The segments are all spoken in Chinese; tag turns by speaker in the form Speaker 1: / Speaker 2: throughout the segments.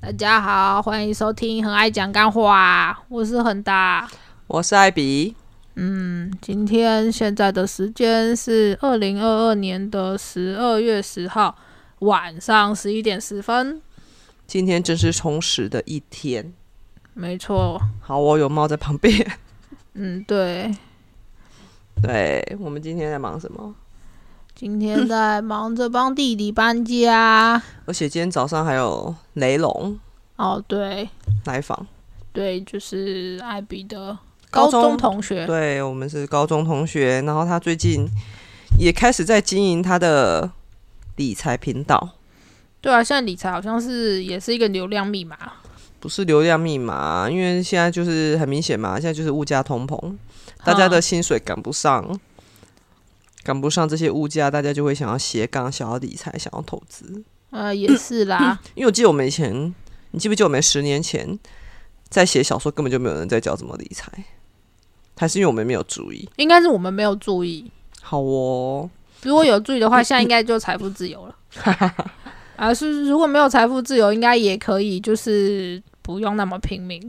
Speaker 1: 大家好，欢迎收听《很爱讲干话》，我是恒大。
Speaker 2: 我是艾比，
Speaker 1: 嗯，今天现在的时间是二零二二年的十二月十号晚上十一点十分。
Speaker 2: 今天真是充实的一天。
Speaker 1: 没错，
Speaker 2: 好，我有猫在旁边。
Speaker 1: 嗯，对，
Speaker 2: 对我们今天在忙什么？
Speaker 1: 今天在忙着帮弟弟搬 家。
Speaker 2: 而且今天早上还有雷龙
Speaker 1: 哦，对，
Speaker 2: 来访，
Speaker 1: 对，就是艾比的
Speaker 2: 高中
Speaker 1: 中同学。
Speaker 2: 对我们是高中同学，然后他最近也开始在经营他的理财频道，
Speaker 1: 对啊，现在理财好像是也是一个流量密码。
Speaker 2: 不是流量密码，因为现在就是很明显嘛，现在就是物价通膨，大家的薪水赶不上。赶不上这些物价，大家就会想要斜杠，想要理财，想要投资。
Speaker 1: 呃，也是 啦，
Speaker 2: 因为我记得我们以前，你记不记得我们十年前在写小说，根本就没有人在教怎么理财，还是因为我们没有注意？
Speaker 1: 应该是我们没有注意。
Speaker 2: 好哦，
Speaker 1: 如果有注意的话，现在应该就财富自由了。啊，是如果没有财富自由，应该也可以，就是不用那么拼命。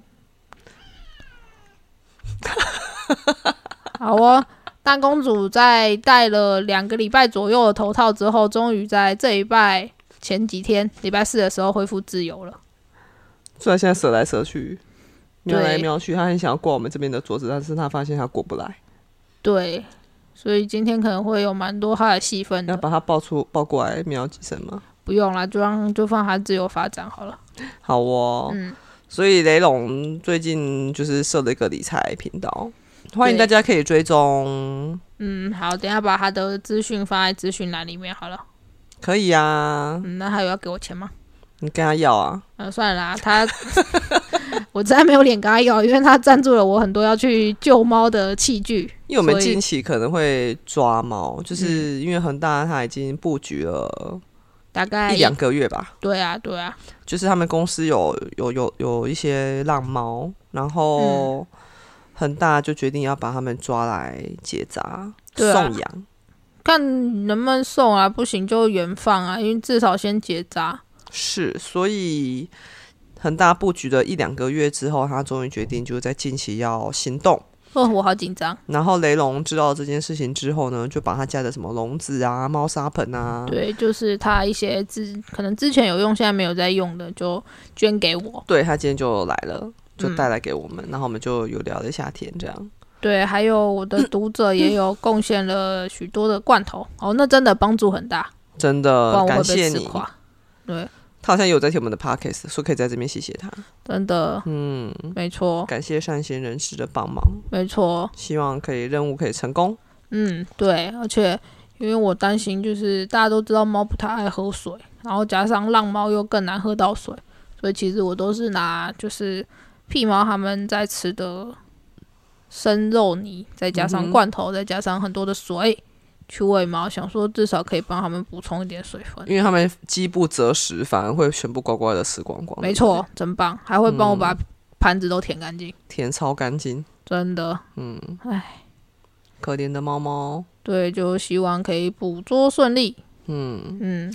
Speaker 1: 好哦，大公主在戴了两个礼拜左右的头套之后，终于在这一拜前几天，礼拜四的时候恢复自由了。
Speaker 2: 虽然现在折来折去，瞄来
Speaker 1: 对
Speaker 2: 瞄去，他很想要过我们这边的桌子，但是他发现他过不来，
Speaker 1: 对，所以今天可能会有蛮多她的戏份
Speaker 2: 要
Speaker 1: 的。
Speaker 2: 把他抱出抱过来瞄几声吗？
Speaker 1: 不用啦，就让就放她自由发展好了。
Speaker 2: 好哦，
Speaker 1: 嗯
Speaker 2: 所以雷龙最近就是设了一个理财频道，欢迎大家可以追踪，
Speaker 1: 嗯，好，等一下把他的资讯放在资讯栏里面好了。
Speaker 2: 可以啊，
Speaker 1: 嗯，那他有要给我钱吗？
Speaker 2: 你跟他要啊，
Speaker 1: 嗯，算了啦，他 我实在没有脸跟他要，因为他赞助了我很多要去救猫的器具。
Speaker 2: 因为我们
Speaker 1: 所以嗯
Speaker 2: 近期可能会抓猫，就是因为恒大它已经布局了
Speaker 1: 大概
Speaker 2: 一两个月吧，
Speaker 1: 对啊，对啊，
Speaker 2: 就是他们公司有有有有一些浪猫，然后
Speaker 1: 嗯
Speaker 2: 恒大就决定要把他们抓来结扎、
Speaker 1: 对啊
Speaker 2: 送养。
Speaker 1: 看能不能送啊，不行就原放啊，因为至少先结扎。
Speaker 2: 是，所以恒大布局了一两个月之后，他终于决定就是在近期要行动。
Speaker 1: 哦，我好紧张。
Speaker 2: 然后雷龙知道这件事情之后呢，就把他家的什么笼子啊、猫砂盆啊，
Speaker 1: 对，就是他一些之可能之前有用，现在没有在用的，就捐给我。
Speaker 2: 对他今天就来了，就
Speaker 1: 嗯
Speaker 2: 带来给我们，然后我们就有聊了一下天，这样
Speaker 1: 对，还有我 的读者也有贡献了许多的罐头，哦，那真的帮助很大，
Speaker 2: 真
Speaker 1: 不然
Speaker 2: 的
Speaker 1: 我
Speaker 2: 呃感
Speaker 1: 会被
Speaker 2: 谢
Speaker 1: 吃
Speaker 2: 你。
Speaker 1: 垮。对，
Speaker 2: 他好像有在听我们的 podcast，说可以在这边谢谢他。
Speaker 1: 真的，
Speaker 2: 嗯，
Speaker 1: 没错，
Speaker 2: 感谢善心人士的帮忙，
Speaker 1: 没错，
Speaker 2: 希望可以任务可以成功。
Speaker 1: 嗯，对，而且因为我担心，就是大家都知道猫不太爱喝水，然后加上浪猫又更难喝到水，所以其实我都是拿就是屁猫它们在吃的生肉泥，再加
Speaker 2: 嗯
Speaker 1: 上
Speaker 2: 哼
Speaker 1: 罐头，再加上很多的水去喂猫，想说至少可以帮它们补充一点水分。
Speaker 2: 因为他们饥不择食，反而会全部乖乖的吃光光。
Speaker 1: 没，错，真棒，还会
Speaker 2: 嗯
Speaker 1: 帮我把盘子都舔干净，
Speaker 2: 填超干净。
Speaker 1: 真的。
Speaker 2: 嗯，
Speaker 1: 唉，
Speaker 2: 可怜的猫猫。
Speaker 1: 对，就希望可以捕捉顺利。
Speaker 2: 嗯，
Speaker 1: 嗯，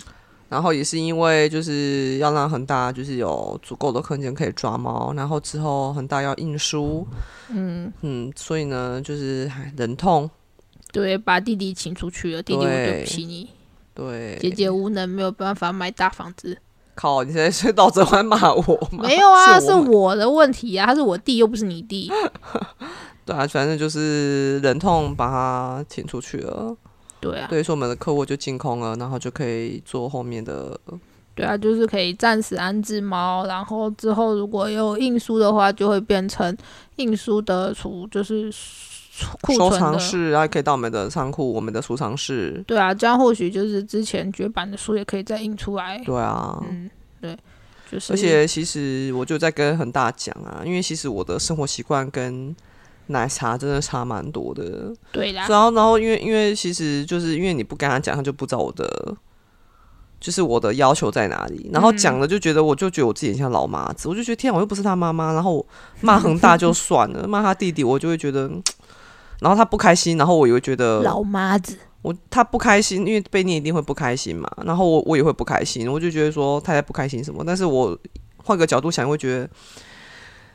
Speaker 2: 然后也是因为就是要让恒大就是有足够的空间可以抓猫，然后之后恒大要印书，
Speaker 1: 嗯，
Speaker 2: 嗯，所以呢就是唉忍痛，
Speaker 1: 对，把弟弟请出去了，弟弟我对不起你，
Speaker 2: 对，嗯啊
Speaker 1: 姐姐无能，没有办法买大房子。
Speaker 2: 靠，你现在是倒着弯骂我吗？
Speaker 1: 没有啊，是
Speaker 2: 我吗
Speaker 1: 我的问题啊，他是我弟，又不是你弟。
Speaker 2: 对啊，反正就是忍痛把它请出去了，
Speaker 1: 对啊，
Speaker 2: 对，所以我们的客户就净空了，然后就可以做后面的。
Speaker 1: 对啊，就是可以暂时安置猫，然后之后如果有印书的话，就会变成印书的储，就是库
Speaker 2: 收
Speaker 1: 存
Speaker 2: 藏
Speaker 1: 的
Speaker 2: 室，然后可以到我们的仓库、我们的收藏室。
Speaker 1: 对啊，这样或许就是之前绝版的书也可以再印出来。
Speaker 2: 对啊，
Speaker 1: 嗯，对，就是
Speaker 2: 而且其实我就在跟恒大讲啊，因为其实我的生活习惯跟奶茶真的差蛮多的。
Speaker 1: 对啦，
Speaker 2: 啊然后，然后因为因为其实就是因为你不跟他讲，他就不知道我的。就是我的要求在哪里，然后讲了就觉得，我就觉得我自己很像老妈子，我就觉得天啊，我又不是他妈妈，然后我骂恒大就算了，骂他弟弟我就会觉得，嗯然后他不开心，然后我也会觉得
Speaker 1: 老妈子，
Speaker 2: 我他不开心，因为被念一定会不开心嘛，然后我我也会不开心，我就觉得说他在不开心什么，但是我换个角度想，会觉得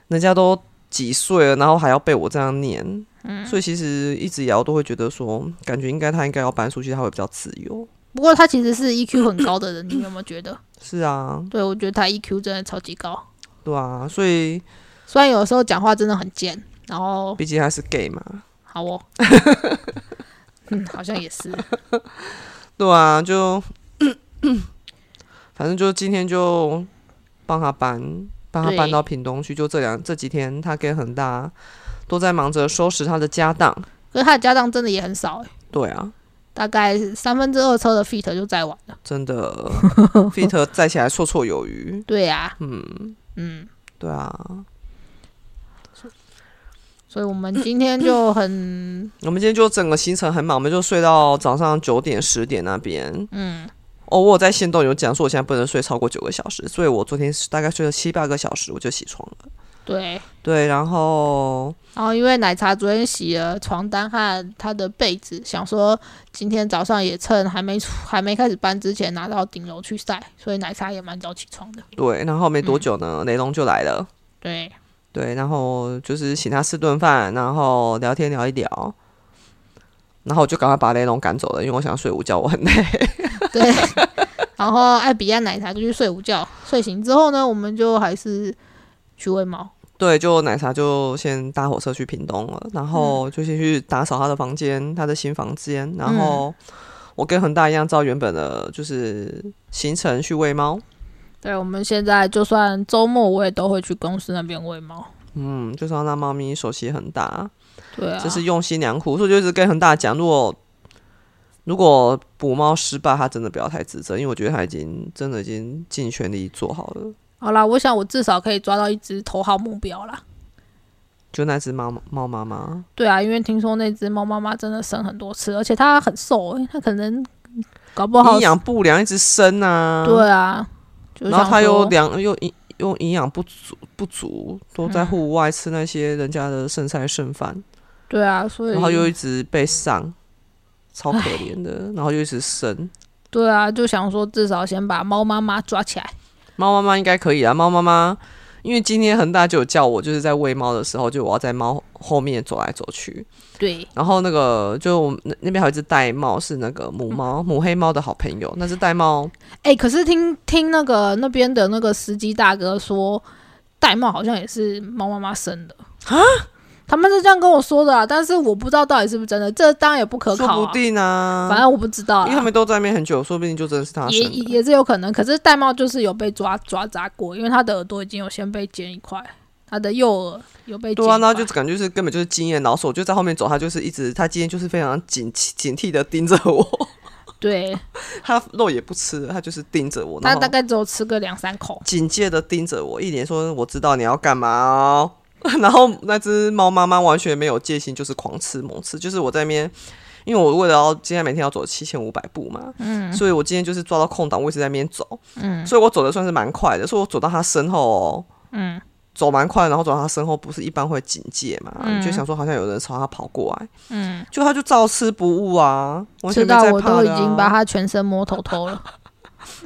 Speaker 2: 人家都几岁了，然后还要被我这样念，所以其实一直以来我都会觉得说，感觉应该他应该要搬出去，他会比较自由。
Speaker 1: 不过他其实是 EQ 很高的人，你有没有觉得？
Speaker 2: 是啊，
Speaker 1: 对我觉得他 EQ 真的超级高，
Speaker 2: 对啊，所以
Speaker 1: 虽然有时候讲话真的很贱，然后
Speaker 2: 毕竟他是 gay 嘛，
Speaker 1: 好哦，嗯，好像也是，
Speaker 2: 对啊，就 反正就今天就帮他搬，帮他
Speaker 1: 对
Speaker 2: 搬到屏东去。就这两这几天，他跟恒大都在忙着收拾他的家当。
Speaker 1: 可是他的家当真的也很少欸
Speaker 2: 对啊，
Speaker 1: 大概三分之二车的 fit 就在玩了。
Speaker 2: 真的，fit 再起来绰绰有余。
Speaker 1: 对呀、
Speaker 2: 嗯，
Speaker 1: 嗯，
Speaker 2: 对啊，
Speaker 1: 所以我们今天就 很
Speaker 2: 我们今天就整个行程很忙，我们就睡到早上九点十点那边。
Speaker 1: 嗯，
Speaker 2: 哦，我有在线动有讲说，我现在不能睡超过九个小时，所以我昨天大概睡了七八个小时，我就起床了。
Speaker 1: 对。
Speaker 2: 对，然后
Speaker 1: 然后因为奶茶昨天洗了床单和他的被子，想说今天早上也趁还没出还没开始搬之前拿到顶楼去晒，所以奶茶也蛮早起床的。
Speaker 2: 对，然后没多久呢，雷龙就来了。
Speaker 1: 对，
Speaker 2: 对，然后就是请他吃顿饭，然后聊天聊一聊，然后我就赶快把雷龙赶走了，因为我想睡午觉，我很累。
Speaker 1: 对， 然后艾比亚奶茶就去睡午觉，睡醒之后呢，我们就还是去喂猫。
Speaker 2: 对，就奶茶就先搭火车去屏东了，然后就先去打扫他的房间，他的新房间，然后我跟恒大一样照原本的就是行程去喂猫，
Speaker 1: 对，我们现在就算周末我也都会去公司那边喂猫。
Speaker 2: 嗯，就是让那猫咪手吸很大，
Speaker 1: 对啊，
Speaker 2: 这是用心良苦，所以我就一直跟恒大讲，如果如果捕猫失败，他真的不要太自责，因为我觉得他已经真的已经尽全力做好了。
Speaker 1: 好啦，我想我至少可以抓到一只头号目标啦。
Speaker 2: 就那只猫猫妈妈，
Speaker 1: 对啊，因为听说那只猫妈妈真的生很多次，而且它很瘦、欸，它可能搞不好
Speaker 2: 营养不良一直生啊，，
Speaker 1: 对啊，就
Speaker 2: 然后它
Speaker 1: 想说
Speaker 2: 又粮又营又营养不足不足，都在户外吃那些人家的剩菜剩饭，
Speaker 1: 对啊，所以
Speaker 2: 然后又一直被上，超可怜的，然后又一直生。
Speaker 1: 对啊，就想说至少先把猫妈妈抓起来。
Speaker 2: 猫妈妈应该可以啊，猫妈妈，因为今天恒大就有叫我，就是在喂猫的时候，就我要在猫后面走来走去，
Speaker 1: 对，
Speaker 2: 然后那个就我们那那边还有一只玳瑁，是那个母
Speaker 1: 嗯
Speaker 2: 猫母黑猫的好朋友，那只玳瑁
Speaker 1: 哎、可是听听那个那边的那个司机大哥说，玳瑁好像也是猫妈妈生的啊。他们是这样跟我说的啊，但是我不知道到底是不是真的，这当然也不可
Speaker 2: 说
Speaker 1: 考、
Speaker 2: 不
Speaker 1: 啊。
Speaker 2: 定啊，
Speaker 1: 反正我不知道
Speaker 2: 因为他
Speaker 1: 啦，
Speaker 2: 们都在那边很久，说不定就真的是他
Speaker 1: 也
Speaker 2: 生的。
Speaker 1: 也是有可能。可是玳瑁就是有被抓抓扎过，因为它的耳朵已经有先被剪一块，它的右耳有被剪一
Speaker 2: 对
Speaker 1: 块。
Speaker 2: 啊，那就感觉就是根本就是经验老手，就在后面走，他就是一直他今天就是非常警警惕的盯着我，
Speaker 1: 对，
Speaker 2: 他肉也不吃，他就是盯着我，
Speaker 1: 它
Speaker 2: 然后
Speaker 1: 大概只有吃个两三口。
Speaker 2: 警戒的盯着我，一脸说我知道你要干嘛哦。 然后那只猫妈妈完全没有戒心，就是狂吃猛吃，就是我在那边。因为我为了要今天每天要走七千五百步嘛，嗯，所以我今天就是抓到空档，我一直在那边走，嗯，所以我走的算是蛮快的，所以我走到他身后、哦，
Speaker 1: 嗯，
Speaker 2: 走蛮快，然后走到他身后，不是一般会警戒嘛？
Speaker 1: 嗯
Speaker 2: 你就想说好像有人朝他跑过来，嗯，就他就照吃不误啊，完
Speaker 1: 吃
Speaker 2: 全没
Speaker 1: 到
Speaker 2: 在
Speaker 1: 我
Speaker 2: 怕
Speaker 1: 都已
Speaker 2: 的、
Speaker 1: 经把
Speaker 2: 啊。
Speaker 1: 它全身摸透透了。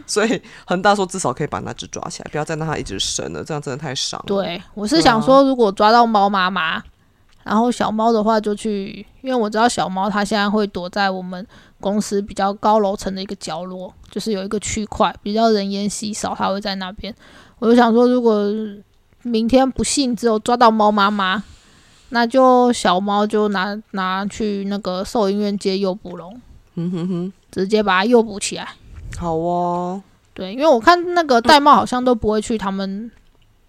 Speaker 2: 所以恒大说至少可以把那只抓起来，不要再让它一直生了，这样真的太伤了。
Speaker 1: 对，我是
Speaker 2: 嗯
Speaker 1: 想说，如果抓到猫妈妈，然后小猫的话就去，因为我知道小猫它现在会躲在我们公司比较高楼层的一个角落，就是有一个区块比较人烟稀少，它会在那边。我就想说，如果明天不幸只有抓到猫妈妈，那就小猫就拿拿去那个兽医院接诱捕笼，
Speaker 2: 嗯哼哼，
Speaker 1: 直接把它诱捕起来。
Speaker 2: 好哦，
Speaker 1: 对，因为我看那个玳瑁好像都不会去他们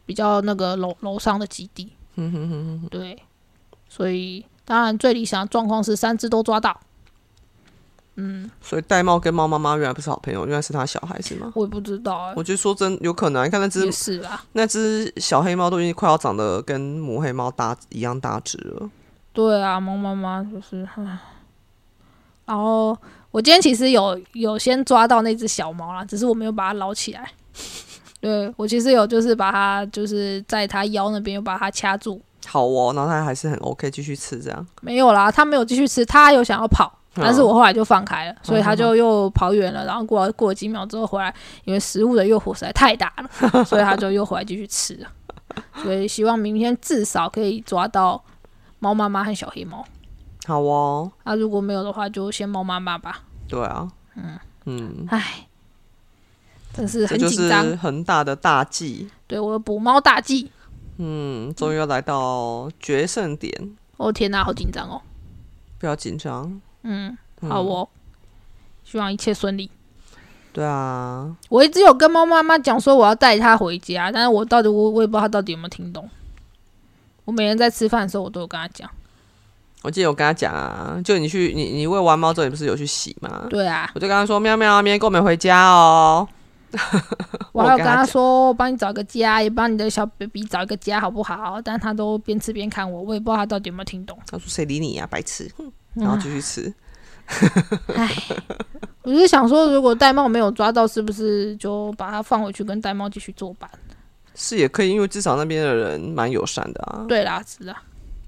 Speaker 1: 比较那个楼楼上的基地。嗯哼哼哼。对，所以当然最理想的状况是三只都抓到。嗯，
Speaker 2: 所以玳瑁跟猫妈妈原来不是好朋友，原来是他小孩是吗？
Speaker 1: 我也不知道、
Speaker 2: 我觉得说真有可能啊，你看那
Speaker 1: 欸，也
Speaker 2: 只
Speaker 1: 是啦。
Speaker 2: 那只小黑猫都已经快要长得跟母黑猫大一样大只了，
Speaker 1: 对啊，猫妈妈就是，唉然后我今天其实有有先抓到那只小猫啦，只是我没有把它捞起来。 对我其实有就是把它就是在它腰那边又把它掐住，
Speaker 2: 好哦，然后它还是很 OK 继续吃这样。
Speaker 1: 没有啦，它没有继续吃，它有想要跑，
Speaker 2: 啊
Speaker 1: 但是我后来就放开了，所以它就又跑远了。然后过过了几秒之后回来，因为食物的诱惑实在太大 了，所以它就又回来继续吃了。所以希望明天至少可以抓到猫妈妈和小黑猫。
Speaker 2: 好哦，
Speaker 1: 那、如果没有的话，就先猫妈妈吧。
Speaker 2: 对啊，嗯嗯，
Speaker 1: 唉，真是
Speaker 2: 这
Speaker 1: 很
Speaker 2: 就
Speaker 1: 紧张。
Speaker 2: 是恒大的大计。
Speaker 1: 对我的捕猫大计，
Speaker 2: 嗯，终于要来到决胜点，
Speaker 1: 哦天哪，好紧张哦。
Speaker 2: 不要紧张。
Speaker 1: 嗯，
Speaker 2: 嗯
Speaker 1: 好哦，希望一切顺利。
Speaker 2: 对啊，
Speaker 1: 我一直有跟猫妈妈讲说我要带它回家，但是我到底我我也不知道它到底有没有听懂。我每天在吃饭的时候，我都有跟它讲。
Speaker 2: 我记得我跟他讲啊，就你去你你喂完猫之后，你不是有去洗吗？
Speaker 1: 对啊，
Speaker 2: 我就跟他说喵喵，明天跟我们回家哦。
Speaker 1: 我还有
Speaker 2: 我跟
Speaker 1: 跟它
Speaker 2: 它讲哦
Speaker 1: 说，我帮你找一个家，也帮你的小 baby 找一个家，好不好？但它都边吃边看我，我也不知道它到底有没有听懂。
Speaker 2: 他说谁理你啊呀、白痴！
Speaker 1: 嗯
Speaker 2: 哼然后继续吃。
Speaker 1: 我就是想说，如果玳瑁没有抓到，是不是就把它放回去跟玳瑁继续作伴？
Speaker 2: 是也可以，因为至少那边的人蛮友善的啊。
Speaker 1: 对啦，是啦。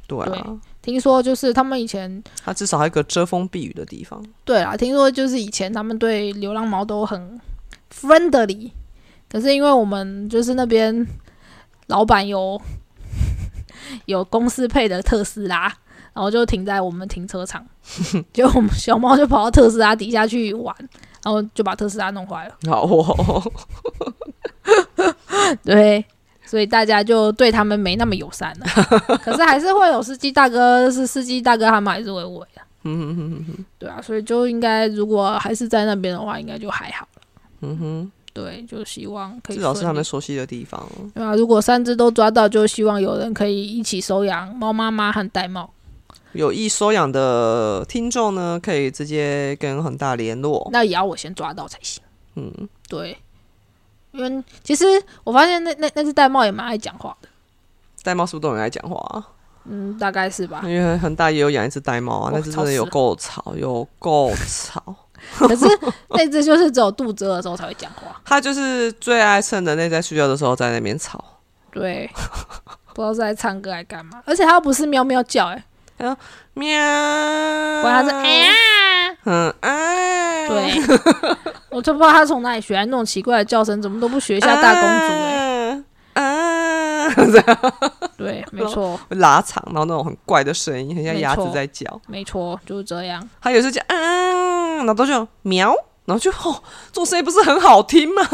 Speaker 2: 对啊，
Speaker 1: 听说就是他们以前，
Speaker 2: 他至少还有一个遮风避雨的地方。
Speaker 1: 对啦，听说就是以前他们对流浪猫都很 friendly，可是因为我们就是那边老板有有公司配的特斯拉，然后就停在我们停车场，结果我们小猫就跑到特斯拉底下去玩，然后就把特斯拉弄坏了。
Speaker 2: 好 哦，
Speaker 1: 对，所以大家就对他们没那么友善了。可是还是会有司机大哥，是司机大哥他们还是会喂的。
Speaker 2: 嗯哼哼哼
Speaker 1: 对啊，所以就应该如果还是在那边的话，应该就还好了。
Speaker 2: 嗯哼，
Speaker 1: 对，就希望可以
Speaker 2: 至少是他
Speaker 1: 顺利
Speaker 2: 们熟悉的地方。
Speaker 1: 对啊，如果三只都抓到，就希望有人可以一起收养猫妈妈和玳瑁。
Speaker 2: 有意收养的听众呢，可以直接跟恒大联络。
Speaker 1: 那也要我先抓到才行。
Speaker 2: 嗯，
Speaker 1: 对，因为其实我发现那那那只玳瑁也蛮爱讲话的，
Speaker 2: 玳瑁是不是都很爱讲话啊？
Speaker 1: 嗯，大概是吧。
Speaker 2: 因为恒大也有养一只玳瑁啊
Speaker 1: 哦，
Speaker 2: 那只真的有够吵，有够吵。
Speaker 1: 可是那只就是只有肚子饿的时候才会讲话。
Speaker 2: 它就是最爱趁人类在睡觉的时候在那边吵。
Speaker 1: 对，不知道是在唱歌还干嘛。而且它又不是喵喵叫、欸，
Speaker 2: 喵，
Speaker 1: 哎，不然
Speaker 2: 嗯
Speaker 1: 它是哎呀、
Speaker 2: 很爱，
Speaker 1: 对，我就不知道它从哪里学来那种奇怪的叫声，怎么都不学一下大公主、欸。
Speaker 2: 主啊，这样
Speaker 1: 对，没错，
Speaker 2: 会 拉长，然后那种很怪的声音，很像
Speaker 1: 没
Speaker 2: 鸭子
Speaker 1: 错
Speaker 2: 在叫。
Speaker 1: 没错，就是这 样。
Speaker 2: 它有时候就啊，然后都就喵，然后就哦，这种声音不是很好听吗？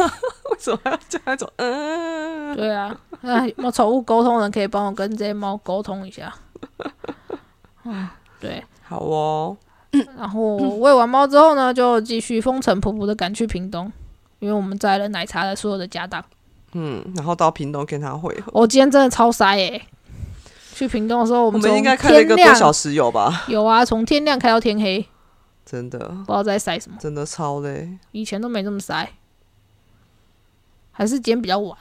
Speaker 2: 为什么要叫那种嗯？
Speaker 1: 对啊，那有没有宠物沟通人可以帮我跟这些猫沟通一下？ 嗯，对。
Speaker 2: 好哦，
Speaker 1: 然后喂完猫之后呢，就继续风尘仆仆的赶去屏东，因为我们摘了奶茶的所有的家 当。
Speaker 2: 嗯，然后到屏东跟它会合。
Speaker 1: 我、今天真的超塞耶、去屏东的时候，我
Speaker 2: 我
Speaker 1: 们
Speaker 2: 们
Speaker 1: 从
Speaker 2: 应该开了一个
Speaker 1: 天
Speaker 2: 多
Speaker 1: 亮
Speaker 2: 小时有吧？
Speaker 1: 有啊，从天亮开到天黑，
Speaker 2: 真的，
Speaker 1: 不知道在塞什么，
Speaker 2: 真的超累。
Speaker 1: 以前都没这么塞。还是今天比较晚，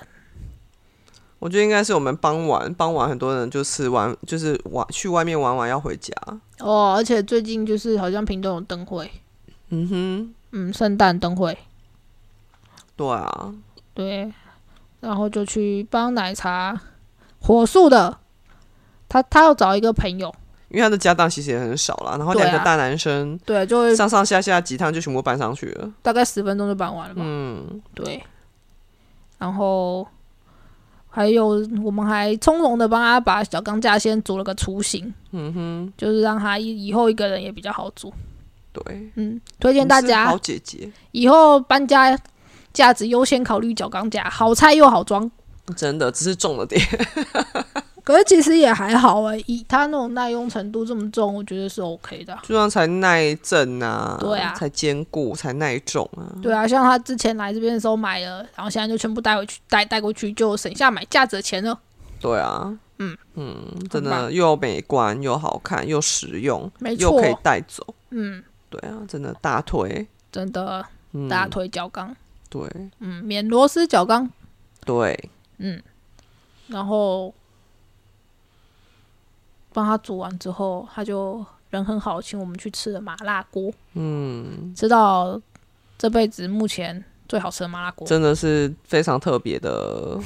Speaker 2: 我觉得应该是我们傍晚，傍晚很多人就吃完，就是玩去外面玩玩要回家。
Speaker 1: 哦，而且最近就是好像屏东有灯会，
Speaker 2: 嗯哼，
Speaker 1: 嗯，圣诞灯会，
Speaker 2: 对啊，
Speaker 1: 对，然后就去帮奶茶火速的，他他要找一个朋友，
Speaker 2: 因为他的家当其实也很少啦，然后
Speaker 1: 对啊呃
Speaker 2: 两个大男生、
Speaker 1: 对，就会
Speaker 2: 上上下下几趟就全部搬上去了。
Speaker 1: 大概十分钟就办完了吧，
Speaker 2: 嗯，
Speaker 1: 对，然后还有我们还从容的帮他把小钢架先做了个雏形，嗯哼，就是让他以以后一个人也比较好做。
Speaker 2: 对，
Speaker 1: 嗯，推荐大
Speaker 2: 我们是
Speaker 1: 家
Speaker 2: 好姐姐，
Speaker 1: 以后搬家价值优先考虑角钢架，好拆又好装。
Speaker 2: 真的只是重了点。
Speaker 1: 可是其实也还好哎、以它那种耐用程度这么重，我觉得是 OK 的啊。
Speaker 2: 就像才耐震啊，
Speaker 1: 对啊
Speaker 2: 才坚固，才耐重啊。
Speaker 1: 对啊，像他之前来这边的时候买了，然后现在就全部带回去，带带过去就省下买架子的钱了。
Speaker 2: 对啊，
Speaker 1: 嗯
Speaker 2: 嗯，真
Speaker 1: 很
Speaker 2: 的
Speaker 1: 棒
Speaker 2: 又美观又好看又实用，
Speaker 1: 没
Speaker 2: 又
Speaker 1: 错
Speaker 2: 可以，带走。
Speaker 1: 嗯，
Speaker 2: 对啊，真的大推，
Speaker 1: 真的
Speaker 2: 嗯，
Speaker 1: 大推角钢，
Speaker 2: 对
Speaker 1: 嗯，免螺丝角钢，
Speaker 2: 对，
Speaker 1: 嗯，然后帮他煮完之后，他就人很好，请我们去吃了麻辣锅。
Speaker 2: 嗯，
Speaker 1: 吃到这辈子目前最好吃的麻辣锅。
Speaker 2: 真的是非常特别的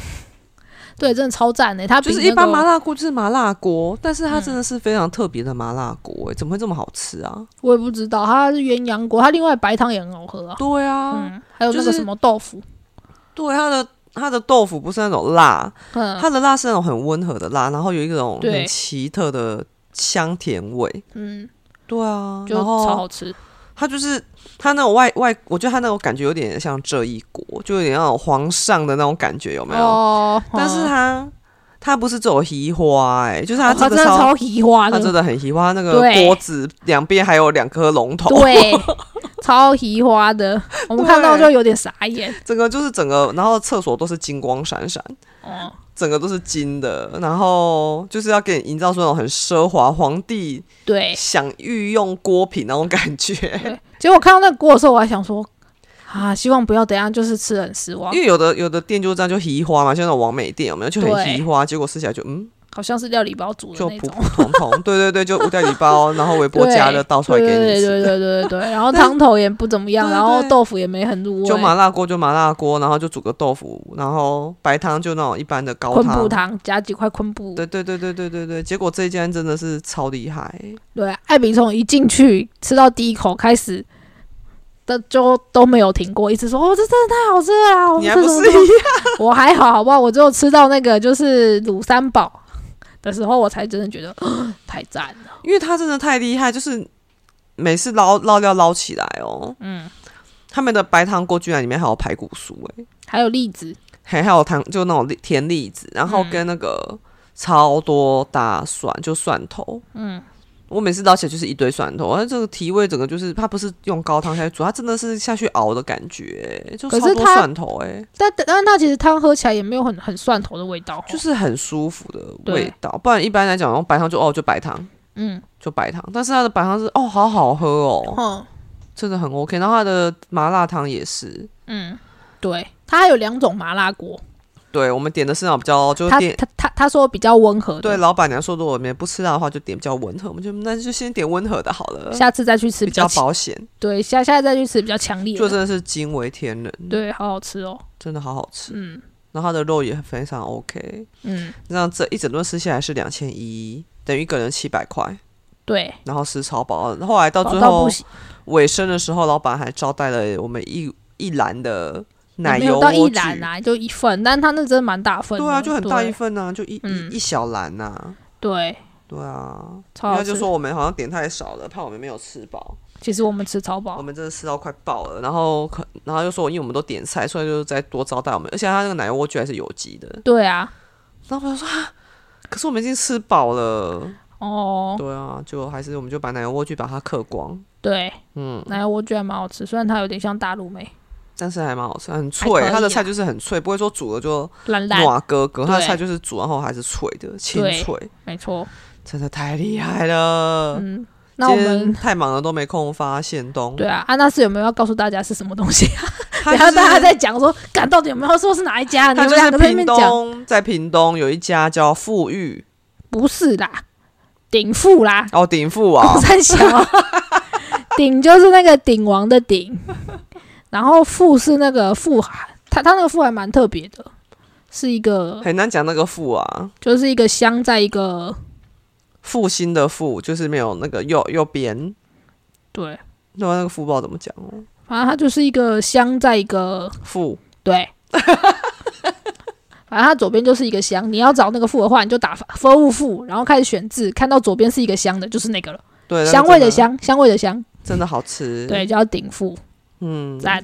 Speaker 1: 对，真的超赞的、它比
Speaker 2: 啊就是
Speaker 1: 那
Speaker 2: 一般
Speaker 1: 个嗯
Speaker 2: 麻辣锅就是麻辣锅，但是它真的是非常特别的麻辣锅、哎，怎么会这么好吃啊？
Speaker 1: 我也不知道，它是鸳鸯锅，它另外白汤也很好喝啊。
Speaker 2: 对啊，
Speaker 1: 嗯，还有那
Speaker 2: 就
Speaker 1: 个
Speaker 2: 是
Speaker 1: 什么豆腐，
Speaker 2: 对它的它的豆腐不是那种辣，
Speaker 1: 嗯
Speaker 2: 它的辣是那种很温和的辣，然后有一种
Speaker 1: 对
Speaker 2: 很奇特的香甜味。
Speaker 1: 嗯，
Speaker 2: 对啊，
Speaker 1: 就
Speaker 2: 然
Speaker 1: 超
Speaker 2: 后
Speaker 1: 好吃。
Speaker 2: 它就是它那种外外，我觉得它那种感觉有点像这一国，就有点那种皇上的那种感觉，有没有？
Speaker 1: 哦，
Speaker 2: 但是
Speaker 1: 嗯
Speaker 2: 它它不是只有移花、哎，就是它
Speaker 1: 哦它
Speaker 2: 这
Speaker 1: 真
Speaker 2: 个
Speaker 1: 的
Speaker 2: 烧
Speaker 1: 超喜欢
Speaker 2: 它
Speaker 1: 的，
Speaker 2: 真的很喜欢那个
Speaker 1: 对
Speaker 2: 锅子两边还有两颗龙头，
Speaker 1: 对，超喜欢的，我们看到就
Speaker 2: 对
Speaker 1: 有点傻眼。
Speaker 2: 整个就是整个，然后厕所都是金光闪闪，
Speaker 1: 哦，
Speaker 2: 整个都是金的，然后就是要给你营造出那种很奢华皇帝
Speaker 1: 对。
Speaker 2: 享御用锅品那种感 觉。
Speaker 1: 结果看到那个锅的时候，我还想说，啊，希望不要等一下就是吃得很失望
Speaker 2: 因，为有的有的店就是这样就移花嘛，像那种王美店有没有就
Speaker 1: 对
Speaker 2: 很移花，结果吃起来就嗯
Speaker 1: 好像是料理包煮的
Speaker 2: 就
Speaker 1: 那
Speaker 2: 普
Speaker 1: 种。
Speaker 2: 普通通，对对对，就五袋礼包，然后微波加热倒出来给
Speaker 1: 对
Speaker 2: 你吃。
Speaker 1: 对对对对对，然后
Speaker 2: 但是
Speaker 1: 汤头也不怎么样，
Speaker 2: 对
Speaker 1: 然后
Speaker 2: 对
Speaker 1: 豆腐也没很入味，
Speaker 2: 就麻辣锅就麻辣锅，然后就煮个豆腐，然后白汤就那种一般的高
Speaker 1: 昆布汤加几块昆布，
Speaker 2: 对对对对对对对，结果这一间真的是超厉害，
Speaker 1: 对，艾比从一进去吃到第一口开始的就都没有停过，一直说哦，这真的太好吃了啊啦！我
Speaker 2: 你还
Speaker 1: 这
Speaker 2: 不
Speaker 1: 怎么
Speaker 2: 是
Speaker 1: 这么
Speaker 2: 一样？
Speaker 1: 我还好，好不好？我只有吃到那个就是卤三宝的时候，我才真的觉得 太赞了。
Speaker 2: 因为他真的太厉害，就是每次捞捞料捞起来哦，
Speaker 1: 嗯，
Speaker 2: 他们的白糖锅居然里面还有排骨酥、欸，
Speaker 1: 还有栗子，
Speaker 2: 还还有糖，就那种栗甜栗子，然
Speaker 1: 嗯
Speaker 2: 后跟那个、超多大蒜，就蒜头，
Speaker 1: 嗯，
Speaker 2: 我每次捞起来就是一堆蒜头，而这个提味整个就是它不是用高汤下去煮，它真的是下去熬的感觉、欸就
Speaker 1: 可
Speaker 2: 超
Speaker 1: 是
Speaker 2: 多
Speaker 1: 它
Speaker 2: 蒜头、欸，
Speaker 1: 但但它其实汤喝起来也没有很很蒜头的味道哦，
Speaker 2: 就是很舒服的味道，不然一般来讲，然后白糖就哦就白糖。
Speaker 1: 嗯，
Speaker 2: 就白糖，但是它的白糖是哦，好好喝哦，
Speaker 1: 哼，
Speaker 2: 真的很 OK。然后它的麻辣汤也是，
Speaker 1: 嗯，对，它还有两种麻辣锅，
Speaker 2: 对我们点的是那种比较就是
Speaker 1: 他
Speaker 2: 点，
Speaker 1: 他他他说比较温和
Speaker 2: 对
Speaker 1: 的，
Speaker 2: 老板娘说如果我们不吃辣的话，就点比较温和，我们就那就先点温和的好了，
Speaker 1: 下次再去吃
Speaker 2: 比较
Speaker 1: 强，
Speaker 2: 保险。
Speaker 1: 对，下下次再去吃比较强烈
Speaker 2: 就
Speaker 1: 的，
Speaker 2: 真的是惊为天人，
Speaker 1: 对，好好吃哦，
Speaker 2: 真的好好吃。
Speaker 1: 嗯
Speaker 2: 然后它的肉也非常 OK，
Speaker 1: 嗯，
Speaker 2: 那这一整顿吃下来是两千一，等于一个人七百块，
Speaker 1: 对，
Speaker 2: 然后吃超饱。后来到
Speaker 1: 饱
Speaker 2: 最
Speaker 1: 到不
Speaker 2: 后
Speaker 1: 行，
Speaker 2: 尾声的时候，老板还招待了我们一一篮的奶
Speaker 1: 也没
Speaker 2: 油
Speaker 1: 有到一
Speaker 2: 莴苣。
Speaker 1: 篮啊，就一份，但它那真的蛮大份的，
Speaker 2: 对啊，就很大
Speaker 1: 对
Speaker 2: 一份呐、就一、
Speaker 1: 嗯
Speaker 2: 一一小篮呐、啊。
Speaker 1: 对，
Speaker 2: 对啊，
Speaker 1: 超好
Speaker 2: 他
Speaker 1: 吃
Speaker 2: 就。说我们好像点太少了，怕我们没有吃饱。
Speaker 1: 其实我们吃超
Speaker 2: 我
Speaker 1: 饱，
Speaker 2: 们真的吃到快爆了，然后可然后又说，因为我们都点菜，所以就是再多招待我们。而且他那个奶油莴苣还是有机的。
Speaker 1: 对啊，
Speaker 2: 然后我就说、啊，可是我们已经吃饱了。
Speaker 1: 哦，
Speaker 2: 对啊，就还是我们就把奶油莴苣把它嗑光，
Speaker 1: 对，
Speaker 2: 嗯，
Speaker 1: 奶油我觉得蛮好吃，虽然它有点像大陆梅，
Speaker 2: 但是还蛮好吃，很
Speaker 1: 还可
Speaker 2: 脆。
Speaker 1: 以啊
Speaker 2: 它的菜就是很脆，不会说煮了就
Speaker 1: 烂烂，
Speaker 2: 软哥哥。它的
Speaker 1: 对
Speaker 2: 菜就是煮然后还是脆的，清
Speaker 1: 对
Speaker 2: 脆，
Speaker 1: 没错。
Speaker 2: 真的太厉害了。
Speaker 1: 嗯，那我
Speaker 2: 今天
Speaker 1: 们
Speaker 2: 太忙了都没空发现东，
Speaker 1: 对啊，安娜斯有没有要告诉大家是什么东西？
Speaker 2: 他
Speaker 1: 然
Speaker 2: 就
Speaker 1: 后
Speaker 2: 是
Speaker 1: 大家在讲说，敢到底有没有说是哪一家？你
Speaker 2: 他
Speaker 1: 们
Speaker 2: 就
Speaker 1: 两
Speaker 2: 是
Speaker 1: 个在那
Speaker 2: 屏
Speaker 1: 边讲，
Speaker 2: 东，在屏东有一家叫富裕
Speaker 1: 不是啦，鼎富啦，
Speaker 2: 哦，鼎富啊
Speaker 1: 公， 三小，鼎就是那个鼎王的鼎，然后富是那个富海，它它那个富还蛮特别的，是一个
Speaker 2: 很难讲那个富啊，
Speaker 1: 就是一个乡在一个
Speaker 2: 复兴的复就是没有那个右右边，
Speaker 1: 对。
Speaker 2: 那那个富不知道怎么讲哦，
Speaker 1: 反正它就是一个乡，在一个
Speaker 2: 富
Speaker 1: 对， 反正它左边就是一个乡。你要找那个富的话，你就打服务富，然后开始选字，看到左边是一个乡的，就是那个了，
Speaker 2: 对那个
Speaker 1: 香味的
Speaker 2: 真
Speaker 1: 香，香味的香，
Speaker 2: 真的好吃，
Speaker 1: 对，，叫鼎富，
Speaker 2: 嗯，
Speaker 1: 赞，